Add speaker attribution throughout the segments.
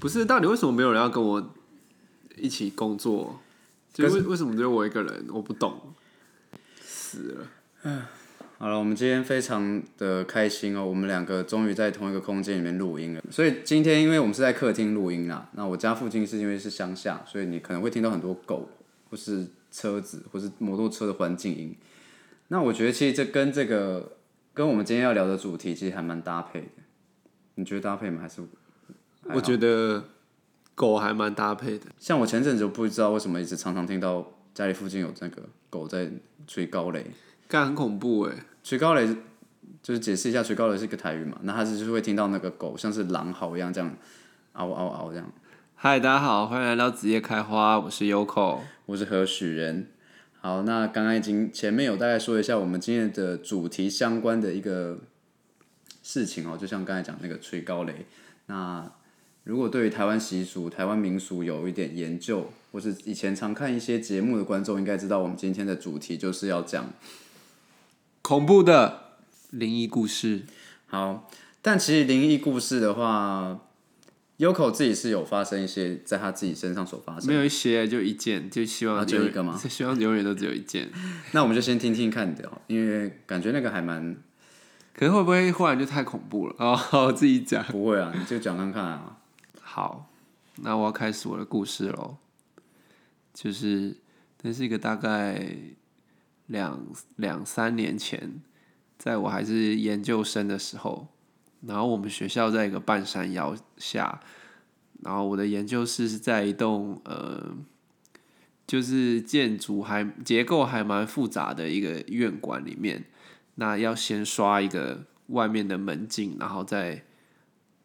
Speaker 1: 不是，到底为什么没有人要跟我一起工作？就
Speaker 2: 可
Speaker 1: 为为什么只有我一个人？我不懂，死了。
Speaker 2: 好了，我们今天非常的开心哦，我们两个终于在同一个空间里面录音了。所以今天因为我们是在客厅录音啦，那我家附近是因为是乡下，所以你可能会听到很多狗或是车子或是摩托车的环境音。那我觉得其实这跟这个跟我们今天要聊的主题其实还蛮搭配的。你觉得搭配吗？还是
Speaker 1: 我觉得狗还蛮搭配的，
Speaker 2: 像我前阵子不知道为什么一直常常听到家里附近有那个狗在吹高雷，
Speaker 1: 干很恐怖哎、
Speaker 2: 吹高雷就是解释一下，吹高雷是一个台语嘛，那它是就是会听到那个狗像是狼嚎一样这样嗷嗷嗷这样。
Speaker 1: 嗨，大家好，欢迎来到职业开花，我是 Yoko。
Speaker 2: 我是何许人。好，那刚刚已经前面有大概说一下我们今天的主题相关的一个事情哦，就像刚才讲那个吹高雷。那如果对于台湾习俗、台湾民俗有一点研究，或是以前常看一些节目的观众，应该知道我们今天的主题就是要讲
Speaker 1: 恐怖的灵异故事，
Speaker 2: 好，但其实灵异故事的话，Yoko 自己是有发生一些在他自己身上所发生。
Speaker 1: 没有一些就一件，就希望
Speaker 2: 啊
Speaker 1: 永
Speaker 2: 只有一个吗？
Speaker 1: 希望永远都只有一件。
Speaker 2: 那我们就先听听看你的哦，因为感觉那个 还蛮
Speaker 1: 可是会不会忽然就太恐怖了？哦，我自己讲。
Speaker 2: 不会啊，你就讲看看啊。
Speaker 1: 好，那我要开始我的故事喽。就是那是一个大概两两三年前，在我还是研究生的时候，然后我们学校在一个半山腰下，然后我的研究室是在一栋呃，就是建筑还结构还蛮复杂的一个院馆里面，那要先刷一个外面的门禁，然后再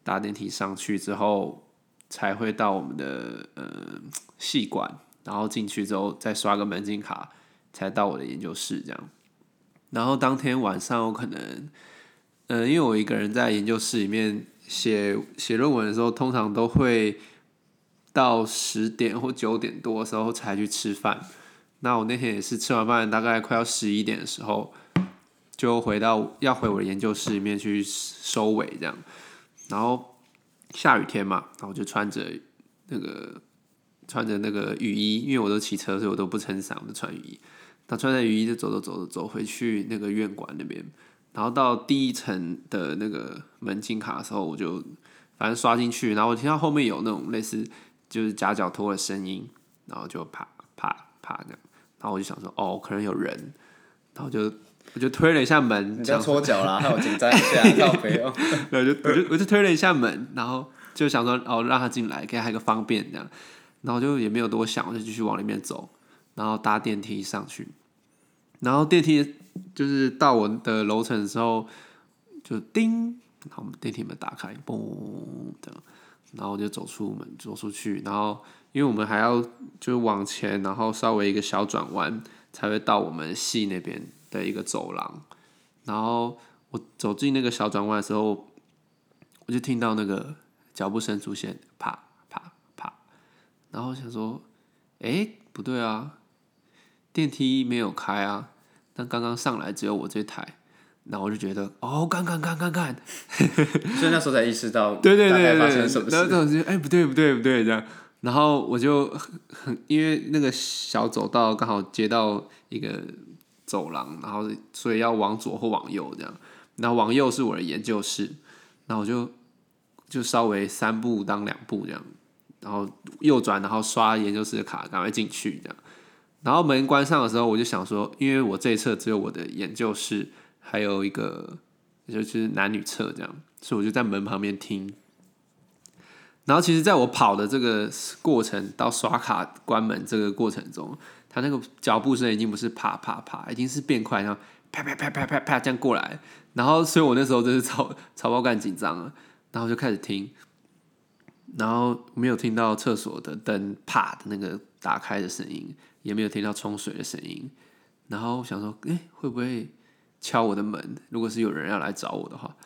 Speaker 1: 搭电梯上去之后，才会到我们的呃系馆，然后进去之后再刷个门禁卡，才到我的研究室这样。然后当天晚上我可能，嗯、因为我一个人在研究室里面写写论文的时候，通常都会到十点或九点多的时候才去吃饭。那我那天也是吃完饭，大概快要十一点的时候，就回到要回我的研究室里面去收尾这样。然后下雨天嘛，然后我就穿着那个穿着那个雨衣，因为我都骑车，所以我都不撑伞，我就穿雨衣。那穿着雨衣就走走走走走回去那个院馆那边，然后到第一层的那个门禁卡的时候，我就反正刷进去，然后我听到后面有那种类似就是夹脚拖的声音，然后就啪啪啪这样，然后我就想说哦，可能有人，然后就我就推了一下门，这
Speaker 2: 你不要
Speaker 1: 样。
Speaker 2: 搓脚 啦，害我紧张一下，靠背哦。
Speaker 1: 然后就我就我就推了一下门，然后就想说哦让他进来，给他一个方便这样，然后就也没有多想，我就继续往里面走，然后搭电梯上去，然后电梯就是到我的楼层的时候就叮，然后电梯门打开，嘣这样，然后我就走出门走出去，然后因为我们还要就是往前，然后稍微一个小转弯才会到我们系那边的一个走廊，然后。我走进那个小转弯的时候，我就听到那个脚步声出现，啪啪啪，然后我想说，诶，不对啊，电梯没有开啊，但刚刚上来只有我这台，然后我就觉得，哦，干干干干干，
Speaker 2: 所以那时候才意识到，
Speaker 1: 对对对对，
Speaker 2: 发生什么
Speaker 1: 然后
Speaker 2: 事。
Speaker 1: 当时就哎、不对不对不对这样，然后我就很很因为那个小走道刚好接到一个走廊，然后所以要往左或往右这样，然后往右是我的研究室，然后我就就稍微三步当两步这样，然后右转，然后刷研究室的卡，赶快进去这样。然后门关上的时候，我就想说，因为我这一侧只有我的研究室，还有一个就是男女厕这样，所以我就在门旁边听。然后其实，在我跑的这个过程到刷卡关门这个过程中，他那个脚步声已经不是啪啪啪，已经是变快，然后啪啪啪啪啪啪这样过来。然后，所以我那时候就是超超爆干紧张了，然后我就开始听，然后没有听到厕所的灯啪的那个打开的声音，也没有听到冲水的声音。然后我想说，诶，会不会敲我的门？如果是有人要来找我的话，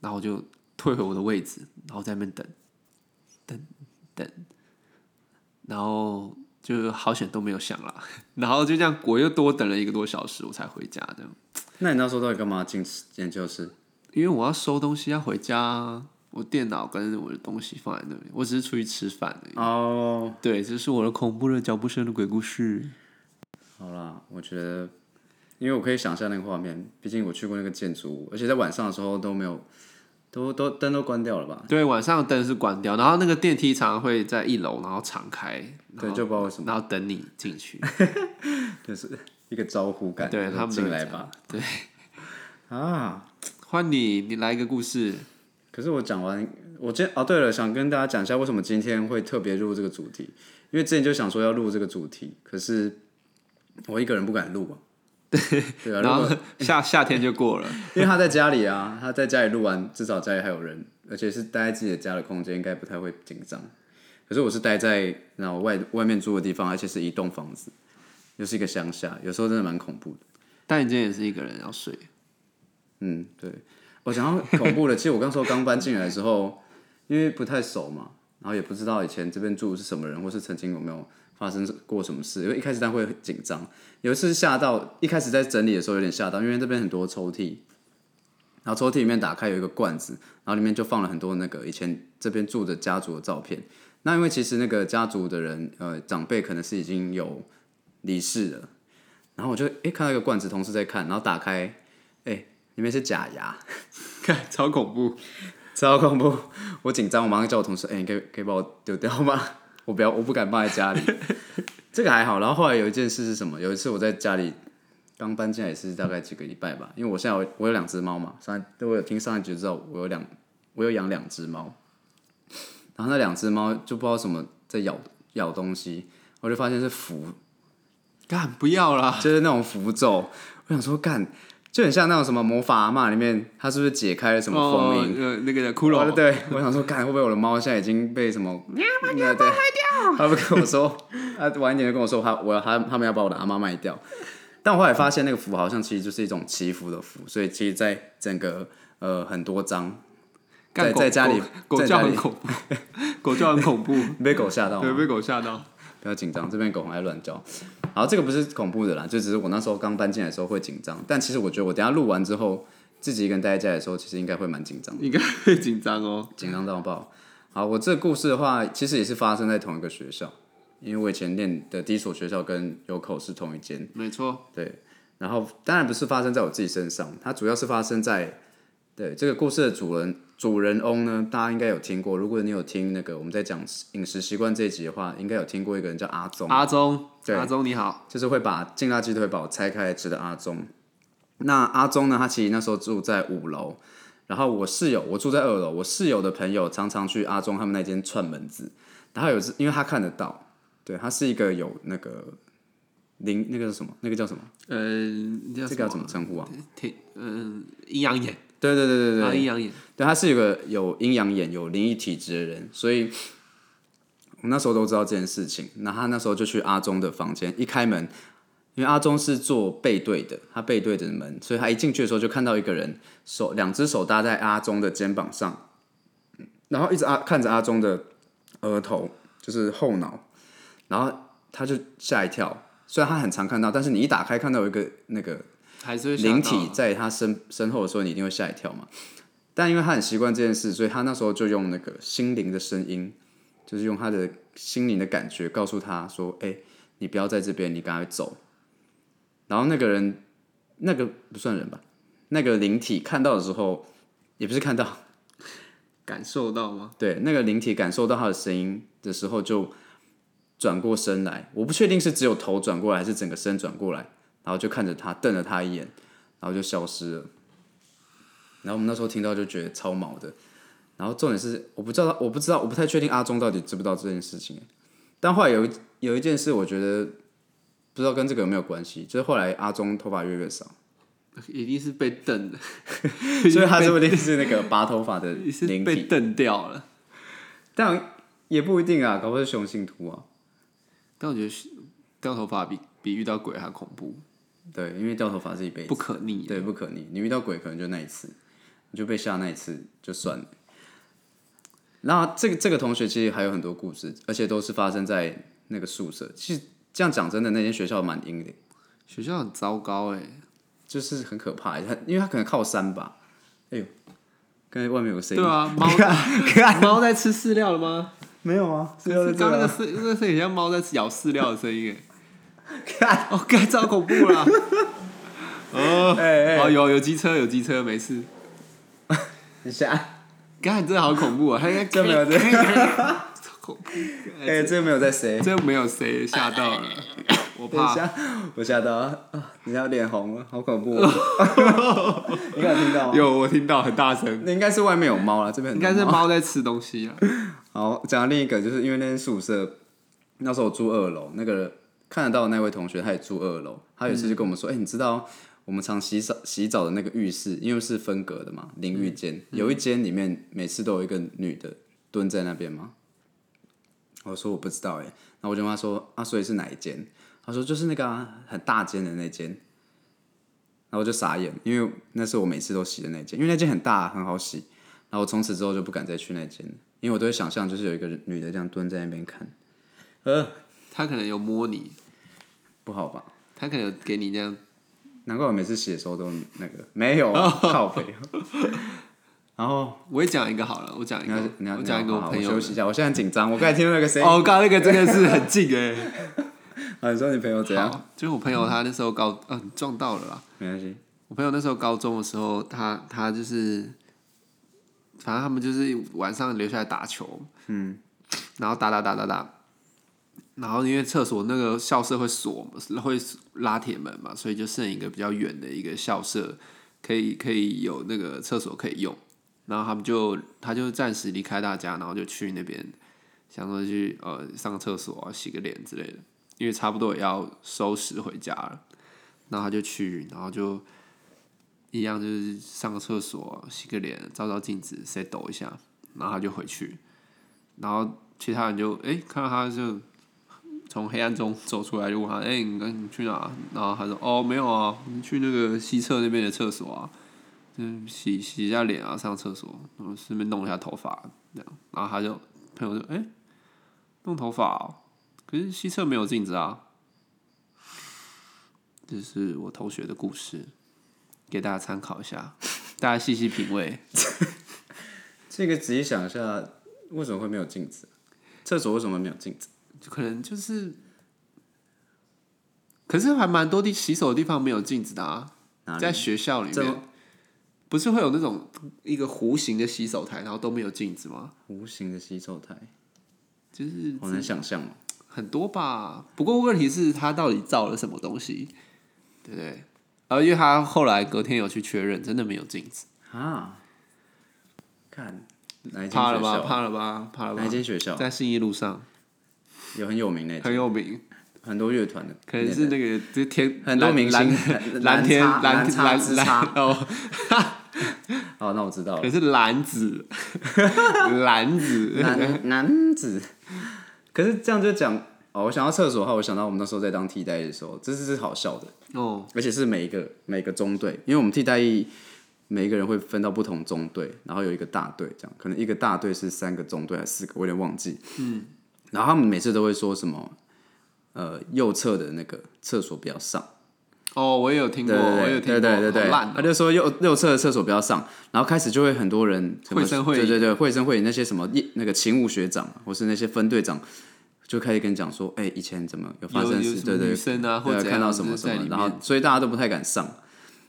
Speaker 1: 然后我就退回我的位置，然后在那边等。然后就好险都没有响啦， 然后就这样，我又多等了一个多小时，我才回家这样，
Speaker 2: 那你那时候到底干嘛进研究室？
Speaker 1: 因为我要收东西要回家啊，我电脑跟我的东西放在那里，我只是出去吃饭而已。
Speaker 2: 哦，
Speaker 1: 对，这是我的恐怖的脚步声的鬼故事。
Speaker 2: 好啦，我觉得，因为我可以想象那个画面，毕竟我去过那个建筑物，而且在晚上的时候都没有，都都灯都关掉了吧？
Speaker 1: 对，晚上灯是关掉，然后那个电梯常常会在一楼，然后敞开，
Speaker 2: 对，就不知道为什么，
Speaker 1: 然后等你进去。
Speaker 2: 就是一个招呼感，
Speaker 1: 对
Speaker 2: 就是
Speaker 1: 他们
Speaker 2: 进来吧。
Speaker 1: 对，
Speaker 2: 啊，
Speaker 1: 换你，你来一个故事。
Speaker 2: 可是我讲完，我今哦对了，想跟大家讲一下为什么今天会特别录这个主题，因为之前就想说要录这个主题，可是我一个人不 敢录啊。对，对啊，
Speaker 1: 然
Speaker 2: 如
Speaker 1: 后
Speaker 2: 果
Speaker 1: 夏夏天就过了，
Speaker 2: 因为他在家里啊，他在家里录完，至少家里还有人，而且是待在自己的家的空间，应该不太会紧张。可是我是待在那我外外面住的地方，而且是一栋房子，又是一个乡下，有时候真的蛮恐怖的。
Speaker 1: 但你今天也是一个人要睡。
Speaker 2: 嗯，对，我想到恐怖的，其实我刚说刚搬进来的时候，因为不太熟嘛，然后也不知道以前这边住的是什么人，或是曾经有没有发生过什么事，因为一开始但会很紧张。有一次吓到，一开始在整理的时候有点吓到，因为这边很多抽屉，然后抽屉里面打开有一个罐子，然后里面就放了很多那个以前这边住的家族的照片。那因为其实那个家族的人，呃，长辈可能是已经有离世了，然后我就诶看到一个罐子，同事在看，然后打开，诶，里面是假 牙，
Speaker 1: 看，超恐怖！
Speaker 2: 超恐怖！我紧张，我马上叫我同事，哎、你可以可以把我丢掉吗？ 我不要，我不敢放在 家里。这个还好。然后后来有一件事是什么？有一次我在家里刚搬进来，也是大概几个礼拜吧，因为我现在有我有两只猫嘛，上一我有听上一集就知道我有两我有养两只猫，然后那两只猫就不知道什么在咬咬东西，我就发现是符
Speaker 1: 干，不要啦！
Speaker 2: 就是那种符咒。我想说，干就很像那种什么魔法阿嬷里面，它是不是解开了什么封印？
Speaker 1: 哦呃，那个骷
Speaker 2: 哦
Speaker 1: 髅，
Speaker 2: 对，我想说，看会不会我的猫现在已经被什么？对对，它不跟我说，它晚一点就跟我说，它我它他们要把我的阿妈卖掉。但我后来发现，那个符好像其实就是一种祈福的符，所以其实在整个呃很多张
Speaker 1: 干
Speaker 2: 在
Speaker 1: 狗
Speaker 2: 在家里
Speaker 1: 狗狗
Speaker 2: 在
Speaker 1: 叫
Speaker 2: 家
Speaker 1: 很
Speaker 2: 里
Speaker 1: 恐 怖，狗叫很恐怖，
Speaker 2: 你被狗吓到 吗，
Speaker 1: 对，被狗吓到。
Speaker 2: 不要紧张，这边狗很爱乱叫。好，这个不是恐怖的啦，就只是我那时候刚搬进来的时候会紧张，但其实我觉得我等一下录完之后，自己一个人待在家里的时候，其 实应该会蛮紧张的。
Speaker 1: 应该会紧张哦。
Speaker 2: 紧张到爆。好，我这个故事的话，其实也是发生在同一个学校，因为我以前念的第一所学校跟有口是同一间。
Speaker 1: 没错，
Speaker 2: 对，然后当然不是发生在我自己身上，它主要是发生在对这个故事的主人主人翁呢，大家应该有听过。如果你有听那个我们在讲饮食习惯这一集的话，应该有听过一个人叫阿宗。
Speaker 1: 阿忠，
Speaker 2: 对
Speaker 1: 阿忠你好，
Speaker 2: 就是会把劲辣鸡腿堡拆开来吃的阿忠。那阿忠呢，他其实那时候住在五楼，然后我室友我住在二楼，我室友的朋友常常去阿忠他们那间串门子，然后有次因为他看得到，对他是一个有那个灵那个是什么？那个叫什么？
Speaker 1: 嗯，你叫
Speaker 2: 呃这
Speaker 1: 什
Speaker 2: 个要
Speaker 1: 么？
Speaker 2: 怎么称呼啊？
Speaker 1: 挺嗯，阴阳眼，
Speaker 2: 对对对对对，
Speaker 1: 啊，阴阳眼，
Speaker 2: 对，他是一个有阴阳眼、有灵异体质的人，所以我那时候都知道这件事情。那他那时候就去阿忠的房间，一开门，因为阿忠是坐背对的，他背对着门，所以他一进去的时候就看到一个人手两只手搭在阿忠的肩膀上，然后一直阿看着阿忠的额头，就是后脑，然后他就吓一跳。虽然他很常看到，但是你一打开看到有一个那个
Speaker 1: 还是会吓到
Speaker 2: 灵体在他身身后的时候，你一定会吓一跳嘛。但因为他很习惯这件事，所以他那时候就用那个心灵的声音，就是用他的心灵的感觉告诉他说：“哎、你不要在这边，你赶快走。”然后那个人，那个不算人吧，那个灵体看到的时候，也不是看到，
Speaker 1: 感受到吗？
Speaker 2: 对，那个灵体感受到他的声音的时候，就转过身来。我不确定是只有头转过来，还是整个身转过来，然后就看着他，瞪了他一眼，然后就消失了。然后我们那时候听到就觉得超毛的。然后重点是，我不知道他，我不知道，我不太确定阿忠到底知不知道这件事情。但后来有一有一件事，我觉得不知道跟这个有没有关系，就是后来阿忠头发越来 越少，
Speaker 1: 一定是被瞪的，
Speaker 2: 所以他说不定是那个拔头发的
Speaker 1: 是
Speaker 2: 灵体
Speaker 1: 被，瞪掉了。
Speaker 2: 但也不一定啊，搞不好是雄性秃啊。
Speaker 1: 但我觉得掉头发比比遇到鬼还恐怖，
Speaker 2: 对，因为掉头发是一辈
Speaker 1: 不
Speaker 2: 子，
Speaker 1: 可逆。
Speaker 2: 对，不可逆。你遇到鬼可能就那一次，你就被吓那一次就算了。那这个这个同学其实还有很多故事，而且都是发生在那个宿舍。其实这样讲真的，那间学校蛮阴的，
Speaker 1: 学校很糟糕哎，
Speaker 2: 欸就是很可怕。它因为它可能靠山吧，哎呦，跟外面有个声音。
Speaker 1: 对啊，猫
Speaker 2: 可爱
Speaker 1: 猫在吃饲料了吗？
Speaker 2: 没有啊，是要在
Speaker 1: 刚
Speaker 2: 这
Speaker 1: 刚那个
Speaker 2: 啊
Speaker 1: 饲，那个声音很像猫在咬饲料的声音，欸
Speaker 2: 啊
Speaker 1: 哎，哦，该超恐怖啦！哦，
Speaker 2: 哎哎
Speaker 1: 哦，有有机车，有机车，没事。
Speaker 2: 一下，
Speaker 1: 干，真的好恐怖啊！他应该
Speaker 2: 这没有这，
Speaker 1: 超恐怖。
Speaker 2: 哎，这没有在谁？
Speaker 1: 这没有谁吓到了，我
Speaker 2: 等一
Speaker 1: 怕。
Speaker 2: 下，我吓到啊！你要脸红了，好恐怖哦！ 你敢听到吗？
Speaker 1: 有，我听到很大声，
Speaker 2: 那应该是外面有猫了，这边很
Speaker 1: 应
Speaker 2: 多
Speaker 1: 该是
Speaker 2: 猫
Speaker 1: 猫在吃东西啊。
Speaker 2: 好，讲到另一个，就是因为那间宿舍那时候我住二楼，那个看得到的那位同学他也住二楼，他有一次就跟我们说：“哎、你知道我们常洗澡洗澡的那个浴室，因为是分隔的嘛，淋浴间、有一间里面每次都有一个女的蹲在那边吗？”我说我不知道哎、欸，然后我就问他说：“啊，所以是哪一间？”他说：“就是那个、啊、很大间的那间。”然后我就傻眼，因为那是我每次都洗的那间，因为那间很大，很好洗。然后我从此之后就不敢再去那间了，因为我都会想象就是有一个女的这样蹲在那边看，呃，
Speaker 1: 他可能有摸你，
Speaker 2: 不好吧？
Speaker 1: 他可能有给你那样。
Speaker 2: 难怪我每次洗的时候都那个没有
Speaker 1: 哦
Speaker 2: 啊靠背。然后
Speaker 1: 我也讲一个好了，我讲一
Speaker 2: 你要
Speaker 1: 个
Speaker 2: 你要，
Speaker 1: 哎我讲一个
Speaker 2: 你要好
Speaker 1: 朋友
Speaker 2: 我休
Speaker 1: 的。
Speaker 2: 息一下，我现在很紧张，我刚才听到那个声音。
Speaker 1: 哦，刚刚那个真的是很近哎。
Speaker 2: 啊，你说你朋友 怎样？
Speaker 1: 好，就是我朋友他那时候高，嗯，你撞到了啦。
Speaker 2: 没关系，
Speaker 1: 我朋友那时候高中的时候，他他就是，反正他们就是晚上留下来打球，嗯，然后打打打打打，然后因为厕所那个校舍会锁，会拉铁门嘛，所以就剩一个比较远的一个校舍，可以可以有那个厕所可以用，然后他们就他就暂时离开大家，然后就去那边想说去呃上个厕所啊、洗个脸之类的，因为差不多也要收拾回家了，然后他就去，然后就。一样就是上个厕所、洗个脸、照照镜子、再抖一下，然后他就回去，然后其他人就哎、诶看到他就从黑暗中 走出来，就问他哎、诶你刚你去哪？然后他说哦没有啊，你去那个西侧那边的厕所啊，嗯洗洗一下脸啊，上厕所，然后顺便弄一下头发这样，然后他就朋友就哎、诶弄头发、哦，可是西侧没有镜子啊，这是我同学的故事。给大家参考一下，大家细细品味。
Speaker 2: 这个仔细想一下，为什么会没有镜子？厕所为什么没有镜子？
Speaker 1: 就可能就是，可是还蛮多地洗手的地方没有镜子的啊，
Speaker 2: 哪里？
Speaker 1: 在学校里
Speaker 2: 这
Speaker 1: 面，不是会有那种一个弧形的洗手台，然后都没有镜子吗？
Speaker 2: 无形的洗手台，
Speaker 1: 就是
Speaker 2: 好难想象哦。
Speaker 1: 很多吧。不过问题是，他到底造了什么东西，对不对？而因为他后来隔天有去确认，真的没有镜子，
Speaker 2: 啊，看哪一间
Speaker 1: 怕了
Speaker 2: 学
Speaker 1: 吧？
Speaker 2: 校？
Speaker 1: 怕了吧？怕了
Speaker 2: 哪一
Speaker 1: 吧？
Speaker 2: 间学校
Speaker 1: 在信义路上
Speaker 2: 有很有名那间？
Speaker 1: 很有名，
Speaker 2: 很多乐团的，
Speaker 1: 可能是那个就天
Speaker 2: 很多
Speaker 1: 蓝
Speaker 2: 明
Speaker 1: 蓝
Speaker 2: 星，
Speaker 1: 蓝天
Speaker 2: 蓝
Speaker 1: 蓝
Speaker 2: 蓝
Speaker 1: 蓝
Speaker 2: 之
Speaker 1: 蓝
Speaker 2: 叉。
Speaker 1: 哦，
Speaker 2: 哦，那我知道了
Speaker 1: 可，是蓝 子，蓝子，
Speaker 2: 男男子。可是这样就讲哦，我想到厕所的话，我想到我们那时候在当替代役的时候，这是是好笑的，
Speaker 1: 哦，
Speaker 2: 而且是每一个每个中队，因为我们替代役每一个人会分到不同中队，然后有一个大队，这样可能一个大队是三个中队还是四个，我有点忘记。嗯，然后他们每次都会说什么，呃，右侧的那个厕所不要上。
Speaker 1: 哦，我也有听过，
Speaker 2: 对对
Speaker 1: 我也有听
Speaker 2: 对
Speaker 1: 过，
Speaker 2: 对对对，
Speaker 1: 好烂
Speaker 2: 他
Speaker 1: 哦，
Speaker 2: 就说右右侧的厕所不要上，然后开始就会很多人什么
Speaker 1: 会声会影
Speaker 2: 对对对，会声会影那些什么一那个勤务学长或是那些分队长，就开始跟你讲说，哎、以前怎么有发
Speaker 1: 有有
Speaker 2: 生事，
Speaker 1: 什
Speaker 2: 对
Speaker 1: 么
Speaker 2: 对
Speaker 1: 女生啊，或
Speaker 2: 对
Speaker 1: 者
Speaker 2: 看到什么什
Speaker 1: 在
Speaker 2: 么
Speaker 1: 里，
Speaker 2: 然后
Speaker 1: 面，
Speaker 2: 所以大家都不太敢上，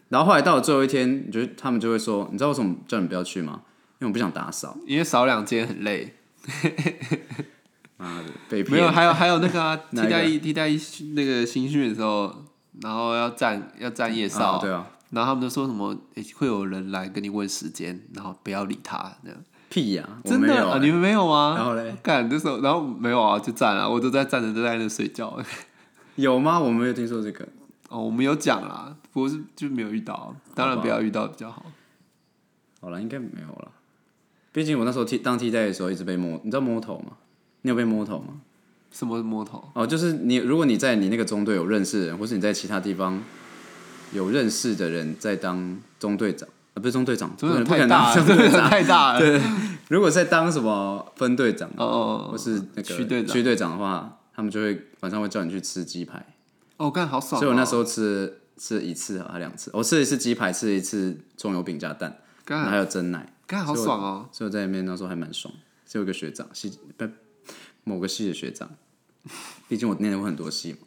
Speaker 2: 然后后来到了最后一天，你就他们就会说，你知道为什么叫你不要去吗？因为我不想打扫，
Speaker 1: 因为少两间很累，
Speaker 2: 妈的，被
Speaker 1: 没有，
Speaker 2: 骗，
Speaker 1: 还有还有那个 啊替
Speaker 2: 哪一个
Speaker 1: 代役替代役那个新训的时候，然后要站要站夜
Speaker 2: 啊
Speaker 1: 哨，
Speaker 2: 对啊，
Speaker 1: 然后他们就说什么诶会有人来跟你问时间，然后不要理他那样，
Speaker 2: 屁呀、我
Speaker 1: 真
Speaker 2: 没
Speaker 1: 的
Speaker 2: 有
Speaker 1: 啊
Speaker 2: 啊、
Speaker 1: 你们没有吗？
Speaker 2: 然后嘞，
Speaker 1: 干这时候然后没有啊，就站啊，我都在站着都在那睡觉。
Speaker 2: 有吗？我没有听说这个，
Speaker 1: 哦，我们有讲啦，不过是就没有遇到，当然不要遇到比较好。
Speaker 2: 好了，应该没有了。毕竟我那时候替当替代的时候一直被摸，你知道摸头吗？你有被摸头吗？
Speaker 1: 什么摸头？
Speaker 2: 哦，就是你，如果你在你那个中队有认识的人，或是你在其他地方有认识的人在当中队长，啊，不是中队长，
Speaker 1: 真的
Speaker 2: 不可
Speaker 1: 太
Speaker 2: 能
Speaker 1: 大了，
Speaker 2: 不可
Speaker 1: 真
Speaker 2: 能当中队
Speaker 1: 的
Speaker 2: 长。
Speaker 1: 太大了。对，
Speaker 2: 如果在当什么分队长，啊
Speaker 1: 哦，
Speaker 2: 或是那个
Speaker 1: 区队长
Speaker 2: 区队长的话，他们就会晚上会叫你去吃鸡排。
Speaker 1: 哦，干好爽哦。
Speaker 2: 所以我那时候吃吃一次还两次，我吃了一次鸡排，吃了一次葱油饼加蛋，然后
Speaker 1: 干
Speaker 2: 还有蒸奶。
Speaker 1: 干好爽哦！
Speaker 2: 所以我在里面那时候还蛮爽。只有一个学长，系不某个系的学长，毕竟我念了过很多系嘛，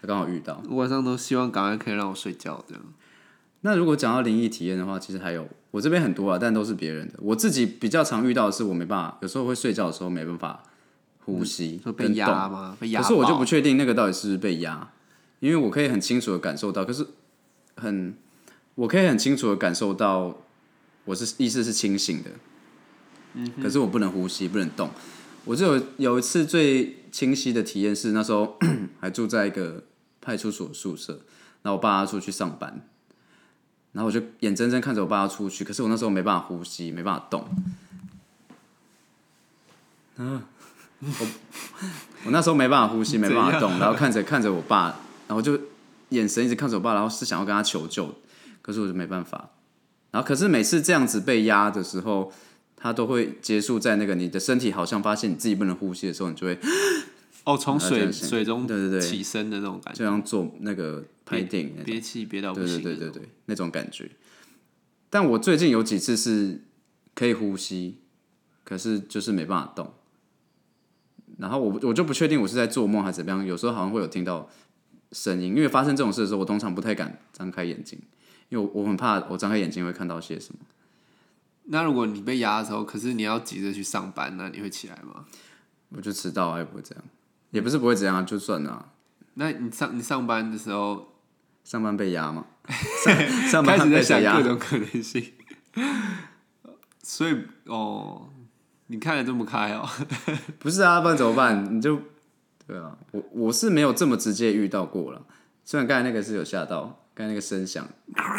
Speaker 2: 他刚好遇到。
Speaker 1: 我晚上都希望赶快可以让我睡觉，这样。
Speaker 2: 那如果讲到灵异体验的话，其实还有我这边很多啊，但都是别人的。我自己比较常遇到的是，我没办法，有时候会睡觉的时候没办法呼吸，
Speaker 1: 说嗯被
Speaker 2: 跟
Speaker 1: 压
Speaker 2: 动
Speaker 1: 吗？被压爆。
Speaker 2: 可是我就不确定那个到底是不是被压，因为我可以很清楚的感受到，可是很，我可以很清楚的感受到，我是意识是清醒的，嗯，可是我不能呼吸，不能动。我就有有一次最清晰的体验是那时候 还住在一个派出所宿舍，然后我爸出去上班，然后我就眼睁睁看着我爸出去，可是我那时候没办法呼吸，没办法动。我那时候没办法呼吸，没办法动，然后看着看着我爸，然后就眼神一直看着我爸，然后是想要跟他求救，可是我就没办法。然后可是每次这样子被压的时候，他都会结束在那个你的身体好像发现你自己不能呼吸的时候，你就会
Speaker 1: 哦，从
Speaker 2: 这
Speaker 1: 水
Speaker 2: 样想
Speaker 1: 水中
Speaker 2: 对对对
Speaker 1: 起身的那种感觉，
Speaker 2: 就像做那个拍电影那种，
Speaker 1: 憋气憋到不
Speaker 2: 对对
Speaker 1: 行。
Speaker 2: 对对对，那种感觉。但我最近有几次是可以呼吸，可是就是没办法动。然后我我就不确定我是在做梦还是怎么样，有时候好像会有听到声音，因为发生这种事的时候，我通常不太敢张开眼睛，因为我我很怕我张开眼睛会看到些什么。
Speaker 1: 那如果你被压的时候，可是你要急着去上班，那你会起来吗？
Speaker 2: 我就迟到啊，也不会这样，也不是不会怎样啊，就算了啊、
Speaker 1: 那你上你上班的时候，
Speaker 2: 上班被压嘛， 上上
Speaker 1: 开
Speaker 2: 班
Speaker 1: 始在
Speaker 2: 被
Speaker 1: 想
Speaker 2: 谁压
Speaker 1: 各？种可能性， 所以哦，你看得这么开哦，
Speaker 2: 不是啊，不然怎么办？你就对啊，我我是没有这么直接遇到过了。虽然刚才那个是有吓到，刚才那个声响，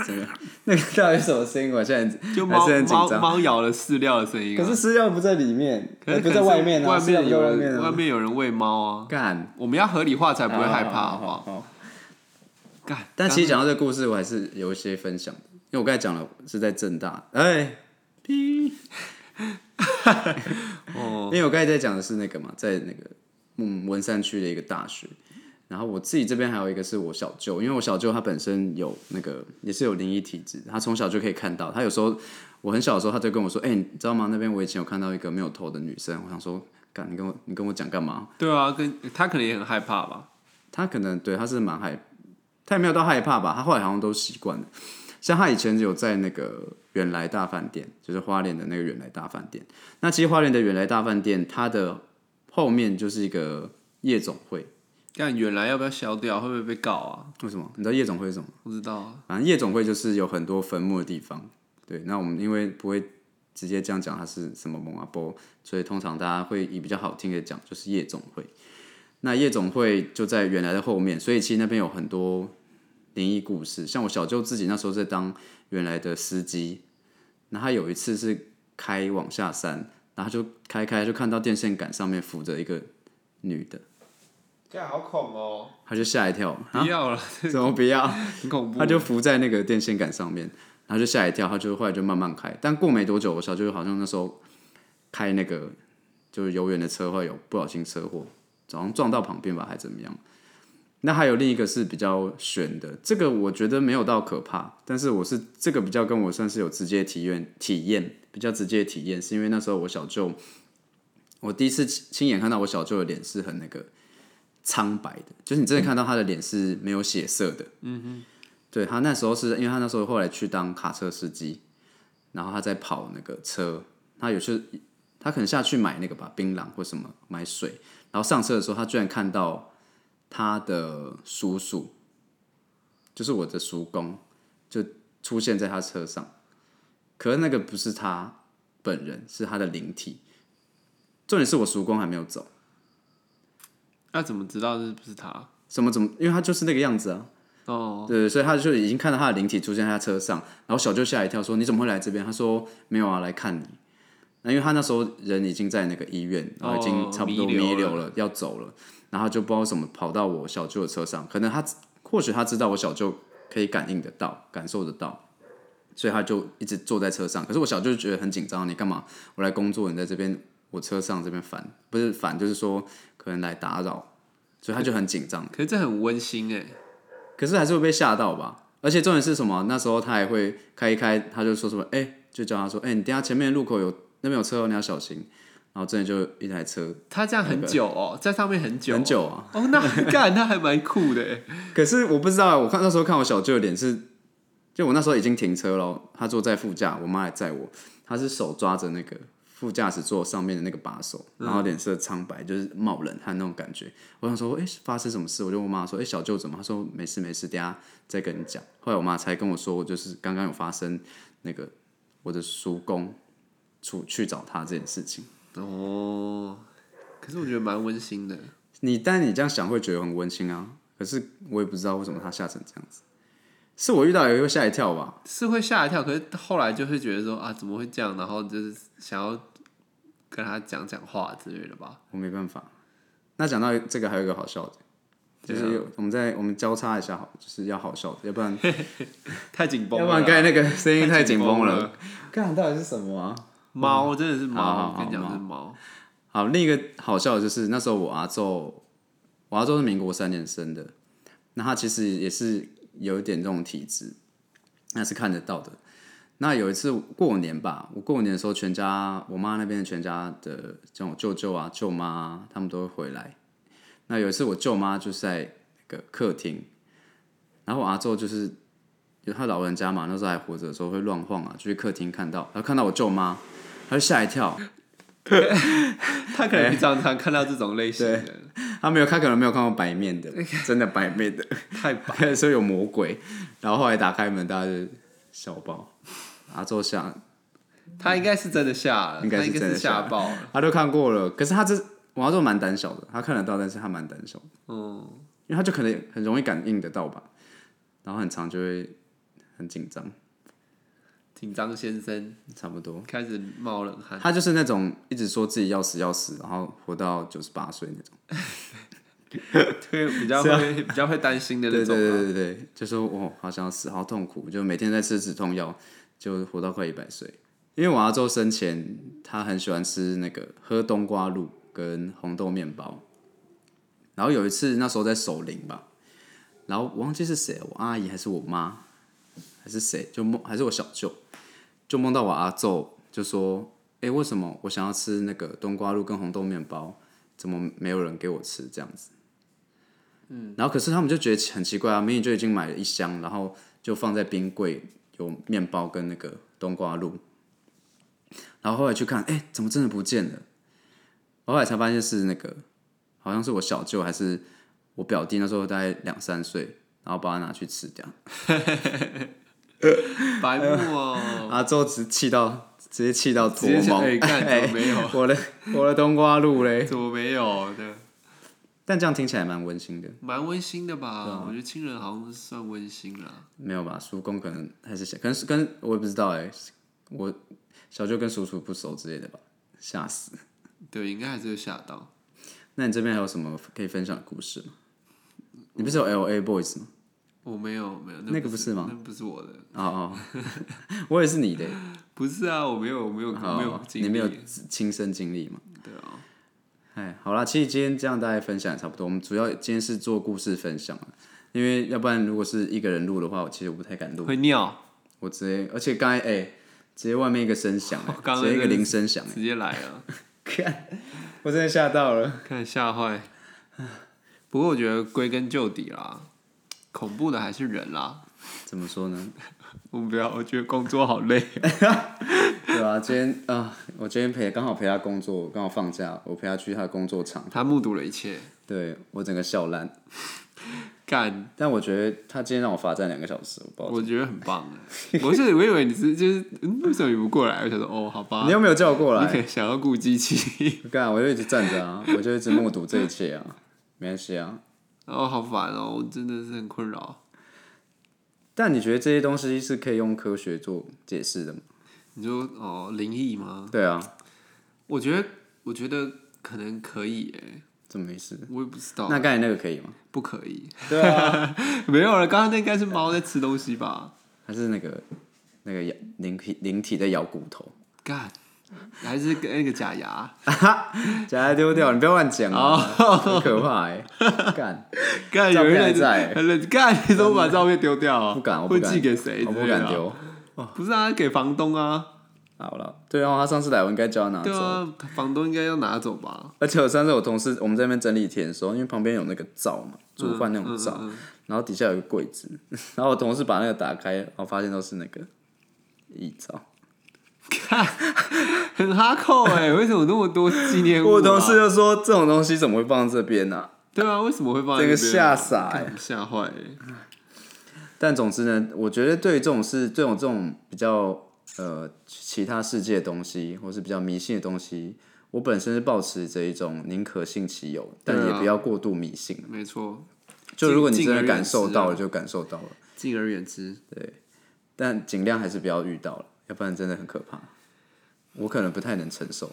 Speaker 2: 这个 那个到底是什么声音？我现在
Speaker 1: 就
Speaker 2: 还
Speaker 1: 猫
Speaker 2: 是很紧
Speaker 1: 猫
Speaker 2: 张。
Speaker 1: 猫咬了饲料的声音啊、
Speaker 2: 可是饲料不在里面，
Speaker 1: 可是
Speaker 2: 不在外面啊，
Speaker 1: 外
Speaker 2: 饲料
Speaker 1: 面
Speaker 2: 不在
Speaker 1: 有
Speaker 2: 外
Speaker 1: 人
Speaker 2: 啊。
Speaker 1: 有人喂猫啊，
Speaker 2: 干，
Speaker 1: 我们要合理化才不会害怕，好不好？
Speaker 2: 好？
Speaker 1: 干，
Speaker 2: 哦但其实
Speaker 1: 刚
Speaker 2: 讲到这个故事，我还是有一些分享的，因为我刚才讲了是在正大，哎，哔，
Speaker 1: 哦，
Speaker 2: 因为我刚才在讲的是那个嘛，在那个嗯文山区的一个大学，然后我自己这边还有一个是我小舅，因为我小舅他本身有那个也是有灵异体质，他从小就可以看到，他有时候我很小的时候他就跟我说，哎、你知道吗？那边我以前有看到一个没有头的女生，我想说，干你跟我你跟我讲干嘛？
Speaker 1: 对啊，跟他可能也很害怕吧。
Speaker 2: 他可能对他是蛮害，他也没有到害怕吧，他后来好像都习惯了。像他以前有在那个远来大饭店，就是花莲的那个远来大饭店。那其实花莲的远来大饭店，它的后面就是一个夜总会。
Speaker 1: 但原来要不要消掉，会不会被告啊？
Speaker 2: 为什么？你知道夜总会是什么？
Speaker 1: 不知道啊。
Speaker 2: 反正夜总会就是有很多坟墓的地方。对，那我们因为不会直接这样讲它是什么蒙阿波，所以通常大家会以比较好听的讲就是夜总会。那夜总会就在原来的后面，所以其实那边有很多灵异故事。像我小舅自己那时候在当原来的司机，那他有一次是开往下山，然后他就开开就看到电线杆上面扶着一个女的，
Speaker 1: 干好恐哦！
Speaker 2: 他就吓一跳，
Speaker 1: 不要了，
Speaker 2: 怎么不要？
Speaker 1: 很恐怖。
Speaker 2: 他就浮在那个电线杆上面，然后就吓一跳，他就后来就慢慢开，但过没多久，我小舅好像那时候开那个就是游园的车，会有不小心车祸，好像撞到旁边吧，还怎么样？那还有另一个是比较悬的，这个我觉得没有到可怕，但是我是这个比较跟我算是有直接体验体验，比较直接的体验，是因为那时候我小舅，我第一次亲亲眼看到我小舅的脸是很那个苍白的，就是你真的看到他的脸是没有血色的，对他那时候是因为他那时候后来去当卡车司机，然后他在跑那个车，他有去他可能下去买那个吧槟榔或什么买水，然后上车的时候他居然看到他的叔叔，就是我的叔公，就出现在他车上，可是那个不是他本人，是他的灵体。重点是我叔公还没有走，
Speaker 1: 那怎么知道是不是他？
Speaker 2: 什么怎么？因为他就是那个样子啊。
Speaker 1: 哦，
Speaker 2: 对，所以他就已经看到他的灵体出现在他车上，然后小舅吓一跳，说：“你怎么会来这边？”他说：“没有啊，来看你。”那因为他那时候人已经在那个医院，然后已经差不多
Speaker 1: 弥留
Speaker 2: 弥留了，要走了，然后他就不知道怎么跑到我小舅的车上，可能他或许他知道我小舅可以感应得到、感受得到，所以他就一直坐在车上。可是我小舅就觉得很紧张，你干嘛？我来工作，你在这边我车上这边烦，不是烦，就是说可能来打扰，所以他就很紧张。
Speaker 1: 可是这很温馨哎。
Speaker 2: 可是还是会被吓到吧。而且重点是什么？那时候他还会开一开，他就说什么：“哎、就叫他说，哎、你等一下前面路口有那边有车哦，你要小心。然后真的就一台车，
Speaker 1: 他这样很久哦，在上面很久，
Speaker 2: 很久啊。
Speaker 1: 哦，那干那还 蛮酷的欸耶，
Speaker 2: 可是我不知道啊，我看那时候看我小舅的脸是，就我那时候已经停车了，他坐在副驾，我妈还载我，他是手抓着那个副驾驶座上面的那个把手，然后脸色苍白，就是冒冷汗那种感觉。我想说，哎、发生什么事？我就问我妈说，哎、小舅怎么？她说没事没事，等一下再跟你讲。后来我妈才跟我说，我就是刚刚有发生那个我的叔公出去找他这件事情。
Speaker 1: 哦，可是我觉得蛮温馨的。
Speaker 2: 你但你这样想会觉得很温馨啊，可是我也不知道为什么他吓成这样子，是我遇到也会吓一跳吧？
Speaker 1: 是会吓一跳，可是后来就会觉得说啊，怎么会这样？然后就是想要跟他讲讲话之类的吧。
Speaker 2: 我没办法。那讲到这个，还有一个好笑的，就是
Speaker 1: 啊
Speaker 2: 有我们在我们交叉一下好，就是要好笑的，要不然
Speaker 1: 太紧绷
Speaker 2: 要
Speaker 1: 了
Speaker 2: 不
Speaker 1: 啦，
Speaker 2: 然刚才那个声音太紧绷
Speaker 1: 太紧
Speaker 2: 了。看到底是什么啊？
Speaker 1: 猫真的是猫，
Speaker 2: 好
Speaker 1: 我
Speaker 2: 好
Speaker 1: 跟你讲
Speaker 2: 好
Speaker 1: 是猫。
Speaker 2: 好，另一个好笑的就是那时候我阿昼，我阿昼是民国三年生的，那他其实也是有一点这种体质，那是看得到的。那有一次过年吧，我过年的时候，全家我妈那边的全家的这种舅舅啊、舅妈啊他们都会回来。那有一次我舅妈就是在那个客厅，然后我阿昼就是就他老人家嘛，那时候还活着的时候会乱晃啊，就去客厅看到，然后看到我舅妈，他就吓一跳，
Speaker 1: 他可能平常常看到这种类型的，
Speaker 2: 他没有，他可能没有看过白面的，真的白面的，
Speaker 1: 太棒。
Speaker 2: 所以有魔鬼。然后后来打开门，大家就笑爆。阿周想，
Speaker 1: 他应该是真的吓了，
Speaker 2: 应该
Speaker 1: 他
Speaker 2: 是
Speaker 1: 应该
Speaker 2: 真
Speaker 1: 是
Speaker 2: 的
Speaker 1: 吓
Speaker 2: 吓
Speaker 1: 爆了。
Speaker 2: 他都看过了，可是他这王阿周蛮胆小的，他看得到，但是他蛮胆小的，
Speaker 1: 嗯，
Speaker 2: 因为他就可能很容易感应得到吧，然后很长就会很紧张，
Speaker 1: 紧张先生
Speaker 2: 差不多。
Speaker 1: 开始冒冷汗，
Speaker 2: 他就是那种一直说自己要死要死，然后活到九十八岁那种。
Speaker 1: 对，比较会比较会担心的那
Speaker 2: 对啊
Speaker 1: 种
Speaker 2: 对
Speaker 1: 啊。
Speaker 2: 对对对，就说哦，好想死，好痛苦，就每天在吃止痛药，就活到快一百岁。因为我阿周生前他很喜欢吃那个喝冬瓜露跟红豆面包，然后有一次那时候在守灵吧，然后我忘记是谁，我阿姨还是我妈还是谁，就梦还是我小舅，就梦到我阿昼就说：“哎、为什么我想要吃那个冬瓜露跟红豆面包，怎么没有人给我吃？”这样子。
Speaker 1: 嗯
Speaker 2: 然后可是他们就觉得很奇怪啊，明明就已经买了一箱，然后就放在冰柜，有面包跟那个冬瓜露。然后后来去看，哎、怎么真的不见了？后来才发现是那个，好像是我小舅还是我表弟，那时候大概两三岁，然后把它拿去吃掉。
Speaker 1: 白目哦，
Speaker 2: 阿周直气到，直接气到
Speaker 1: 直
Speaker 2: 多
Speaker 1: 接
Speaker 2: 毛，
Speaker 1: 哎干怎么没有？
Speaker 2: 我的我的冬瓜露嘞。
Speaker 1: 怎么没有的？
Speaker 2: 但这样听起来蛮温馨的，
Speaker 1: 蛮温馨的
Speaker 2: 啊
Speaker 1: 吧？我觉得亲人好像算温馨啦。
Speaker 2: 没有吧？叔公可能还是想，可能是跟我也不知道哎、我小舅跟叔叔不熟之类的吧，吓死。
Speaker 1: 对，应该还是会吓到。
Speaker 2: 那你这边还有什么可以分享的故事吗？你不是有 L A Boys 吗？
Speaker 1: 我没有，没有，
Speaker 2: 那个
Speaker 1: 不
Speaker 2: 不是吗
Speaker 1: 那不是我的，
Speaker 2: 哦哦， 我也是你的、欸
Speaker 1: 不是啊，我没有，我没有，我没有
Speaker 2: 好
Speaker 1: 经历，
Speaker 2: 你没有亲身经历吗？
Speaker 1: 对啊，
Speaker 2: 哎，好啦，其实今天这样大概分享也差不多。我们主要今天是做故事分享啊，因为要不然如果是一个人录的话，我其实我不太敢录，
Speaker 1: 会尿，
Speaker 2: 我直接，而且刚才哎、直接外面一个声响、
Speaker 1: 哦刚
Speaker 2: 哎
Speaker 1: 刚
Speaker 2: 直接一个
Speaker 1: 真的
Speaker 2: 铃声响，
Speaker 1: 直接来 了，
Speaker 2: 我真的吓到了。
Speaker 1: 看吓坏。不过我觉得归根究底啦，恐怖的还是人啦。
Speaker 2: 怎么说呢？
Speaker 1: 我们不要，我觉得工作好累。
Speaker 2: 对啊，今天啊、我今天陪刚好陪他工作，刚好放假，我陪他去他的工作场，
Speaker 1: 他目睹了一切，
Speaker 2: 对我整个笑烂。
Speaker 1: 干，
Speaker 2: 但我觉得他今天让我罚站两个小时，我不知道。
Speaker 1: 我觉得很棒。我是我以为你是就是，嗯，为什么你不过来？我想说，哦，好吧
Speaker 2: 你，又没有叫我过
Speaker 1: 你可
Speaker 2: 来，
Speaker 1: 能想要顾机器。
Speaker 2: 干，我就一直站着啊，我就一直目睹这一切啊，没关系啊。
Speaker 1: 哦，好烦哦，我真的是很困扰。
Speaker 2: 但你觉得这些东西是可以用科学做解释的吗？
Speaker 1: 你说哦，灵异吗？
Speaker 2: 对啊，
Speaker 1: 我觉得，我觉得可能可以诶，
Speaker 2: 怎么回事？
Speaker 1: 我也不知道，
Speaker 2: 那刚才那个可以吗？
Speaker 1: 不可以，
Speaker 2: 对啊，
Speaker 1: 没有了。刚刚那应该是猫在吃东西吧？
Speaker 2: 还是那个那个咬灵体灵体在咬骨头，
Speaker 1: 干，还是跟那个假牙？
Speaker 2: 假牙丢掉，你不要乱讲啊，
Speaker 1: 哦
Speaker 2: 很可怕哎、 干。
Speaker 1: 干，有
Speaker 2: 照片还
Speaker 1: 人
Speaker 2: 在
Speaker 1: 人干，你怎么把照片丢掉啊？
Speaker 2: 不敢，我不
Speaker 1: 会
Speaker 2: 敢
Speaker 1: 寄给谁？
Speaker 2: 我不敢。丢。
Speaker 1: 不是啊，给房东啊。
Speaker 2: 好了，对啊，他上次来我应该叫他拿
Speaker 1: 对
Speaker 2: 走。
Speaker 1: 啊，房东应该要拿走吧？
Speaker 2: 而且我上次我同事我们在那边整理田的时候，因为旁边有那个灶嘛，煮饭那种灶，
Speaker 1: 嗯嗯
Speaker 2: 然后底下有个柜子， 然后我同事把那个打开，然后发现都是那个遗照。
Speaker 1: 很哈扣哎、为什么那么多纪念物、啊？
Speaker 2: 我同事就说这种东西怎么会放这边呢、
Speaker 1: 对啊，为什么会放在
Speaker 2: 这个
Speaker 1: 那边
Speaker 2: 吓
Speaker 1: 啊
Speaker 2: 傻欸
Speaker 1: 看吓坏欸
Speaker 2: 但总之呢，我觉得对于这种事，这种这种比较呃其他世界的东西，或是比较迷信的东西，我本身是抱持着一种宁可信其有，但
Speaker 1: 对啊
Speaker 2: 也不要过度迷信。
Speaker 1: 没错，
Speaker 2: 就如果你
Speaker 1: 敬
Speaker 2: 真的
Speaker 1: 敬而
Speaker 2: 感
Speaker 1: 远之
Speaker 2: 受到
Speaker 1: 啊
Speaker 2: 了，就感受到了，
Speaker 1: 敬而远之。
Speaker 2: 但尽量还是不要遇到了，要不然真的很可怕。我可能不太能承受，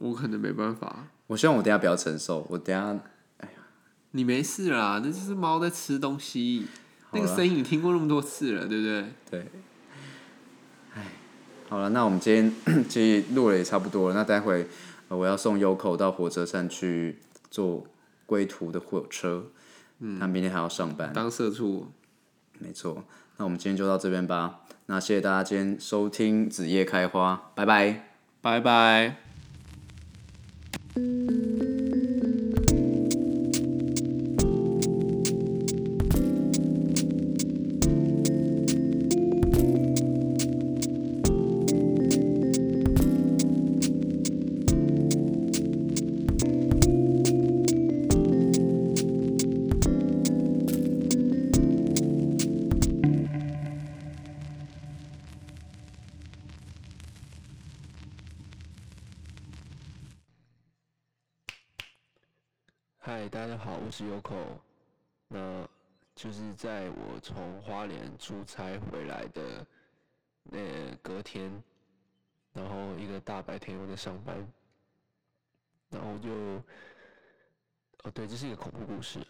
Speaker 1: 我可能没办法，
Speaker 2: 我希望我等一下不要承受，我等一下
Speaker 1: 你没事啦，那就是猫在吃东西。那个声音你听过那么多次了，对不对？
Speaker 2: 对，哎，好了，那我们今天 其实录了也差不多了。那待会、呃我要送优口到火车站去坐归途的火车，嗯，他明天还要上班，
Speaker 1: 当社畜，
Speaker 2: 没错。那我们今天就到这边吧。那谢谢大家今天收听《子夜开花》，拜拜。
Speaker 1: 拜拜。
Speaker 3: 嗨，大家好，我是 Yoko。那就是在我从花莲出差回来的那隔天，然后一个大白天我在上班，然后我就，哦对，这是一个恐怖故事。啊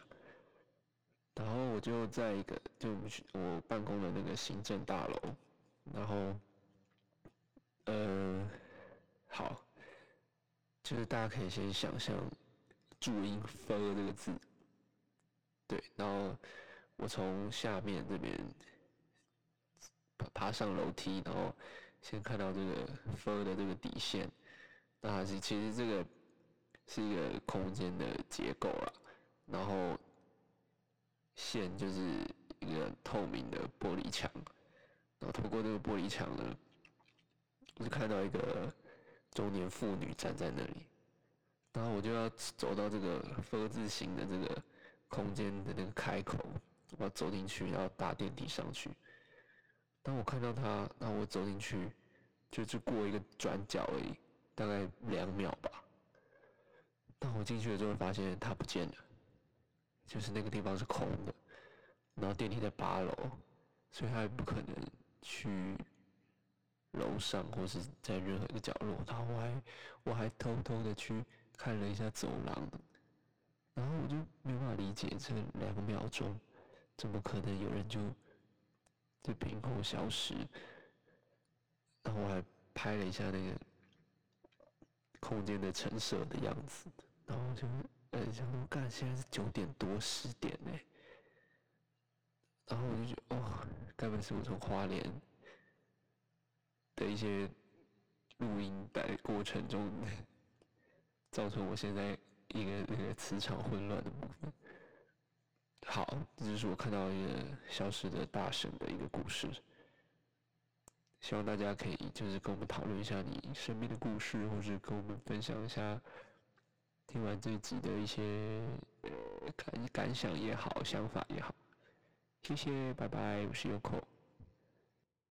Speaker 3: 然后我就在一个就我们去我办公的那个行政大楼，然后，呃，好，就是大家可以先想象。注音 “f” 这个字。对，然后我从下面这边爬爬上楼梯，然后先看到这个 “f” 的这个底线。那它是其实这个是一个空间的结构啦，然后线就是一个透明的玻璃墙，然后透过这个玻璃墙呢，我就看到一个中年妇女站在那里。然后我就要走到这个 “F” 字形的这个空间的那个开口，我要走进去，然后搭电梯上去。当我看到他，然后我走进去，就就过一个转角而已，大概两秒吧。当我进去了之后，发现他不见了，就是那个地方是空的，然后电梯在八楼，所以他也不可能去楼上或是在任何一个角落。然后我还我还偷偷的去看了一下走廊，然后我就没有办法理解这两秒钟，怎么可能有人就就凭空消失？然后我还拍了一下那个空间的陈设的样子，然后我就呃想说，干现在是九点多十点呢、然后我就觉得哦，该不会是我从花莲的一些录音带过程中， 造成我现在一个那个磁场混乱的部分。好，这就是我看到一个消失的大神的一个故事。希望大家可以就是跟我们讨论一下你身边的故事，或是跟我们分享一下听完这一集的一些呃感感想也好，想法也好。谢谢，拜拜，我是 Yoko。